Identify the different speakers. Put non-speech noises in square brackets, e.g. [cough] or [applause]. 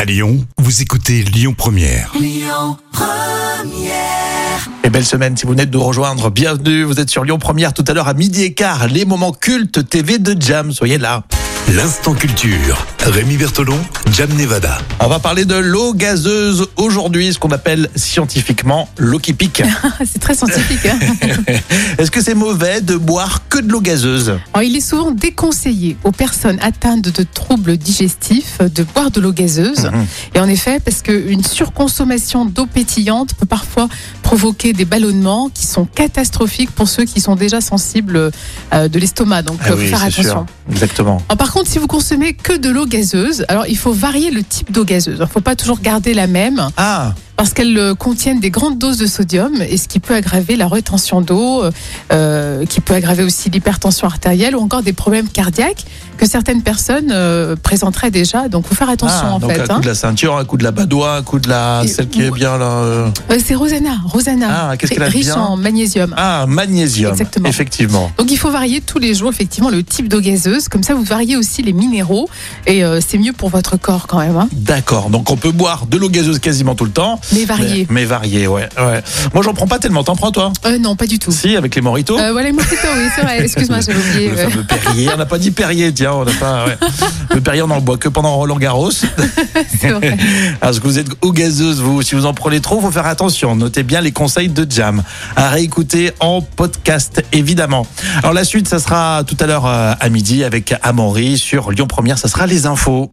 Speaker 1: À Lyon, vous écoutez Lyon Première.
Speaker 2: Et belle semaine si vous venez de nous rejoindre. Bienvenue, vous êtes sur Lyon Première tout à l'heure à midi et quart, les moments cultes TV de Jam. Soyez là.
Speaker 1: L'instant culture. Rémi Bertolon, Jam Nevada.
Speaker 2: On va parler de l'eau gazeuse aujourd'hui, ce qu'on appelle scientifiquement l'eau qui
Speaker 3: [laughs]
Speaker 2: pique.
Speaker 3: Ah, C'est très scientifique. hein.
Speaker 2: Est-ce que c'est mauvais de boire que de l'eau gazeuse
Speaker 3: Alors, il est souvent déconseillé aux personnes atteintes de troubles digestifs de boire de l'eau gazeuse.
Speaker 2: Mhm.
Speaker 3: Et en effet, parce qu'une surconsommation d'eau pétillante peut parfois provoquer des ballonnements qui sont catastrophiques pour ceux qui sont déjà sensibles euh, de l'estomac.
Speaker 2: Ah
Speaker 3: Donc, euh, faut faire attention.
Speaker 2: Exactement.
Speaker 3: Alors, par contre, si vous consommez que de l'eau gazeuse, alors il faut varier le type d'eau gazeuse. Il ne faut pas toujours garder la même.
Speaker 2: Ah,
Speaker 3: parce qu'elles euh, contiennent des grandes doses de sodium et ce qui peut aggraver la rétention d'eau, euh, qui peut aggraver aussi l'hypertension artérielle ou encore des problèmes cardiaques que certaines personnes euh, présenteraient déjà. Donc, faut faire attention
Speaker 2: ah,
Speaker 3: en
Speaker 2: donc un
Speaker 3: fait.
Speaker 2: coup
Speaker 3: hein.
Speaker 2: de la ceinture, un coup de la badoie, un coup de la
Speaker 3: Et-
Speaker 2: celle qui est bien là. euh,
Speaker 3: Euh, c'est Rosanna, Rosanna,
Speaker 2: Ah, qu'est-ce
Speaker 3: C'est
Speaker 2: qu'elle a de
Speaker 3: riche
Speaker 2: bien
Speaker 3: en magnésium.
Speaker 2: Ah, magnésium.
Speaker 3: Exactement.
Speaker 2: Effectivement.
Speaker 3: Donc il faut varier tous les jours effectivement le type d'eau gazeuse, comme ça vous variez aussi les minéraux et euh, c'est mieux pour votre corps quand même. hein.
Speaker 2: D'accord. Donc on peut boire de l'eau gazeuse quasiment tout le temps.
Speaker 3: Mais varier.
Speaker 2: Mais, mais varié, ouais. ouais. Moi j'en prends pas tellement. T'en prends toi
Speaker 3: Euh, non, pas du tout.
Speaker 2: Si, avec les moritos.
Speaker 3: Euh, voilà, moi, c'est toi, oui, c'est vrai. Excuse-moi, j'avais oublié. euh,
Speaker 2: Le
Speaker 3: ouais.
Speaker 2: fameux Perrier. On n'a pas dit Perrier, tiens, on n'a pas. ouais. Le Perrier, on n'en boit que pendant Roland Garros. Ah,
Speaker 3: C'est vrai.
Speaker 2: Parce que vous êtes eau gazeuse, vous. Si vous en prenez trop, faut faire attention. Notez bien les conseils de Jam. À réécouter en podcast, évidemment. Alors la suite, ça sera tout à l'heure euh, à midi avec Amaury sur Lyon Première. Ça sera les infos.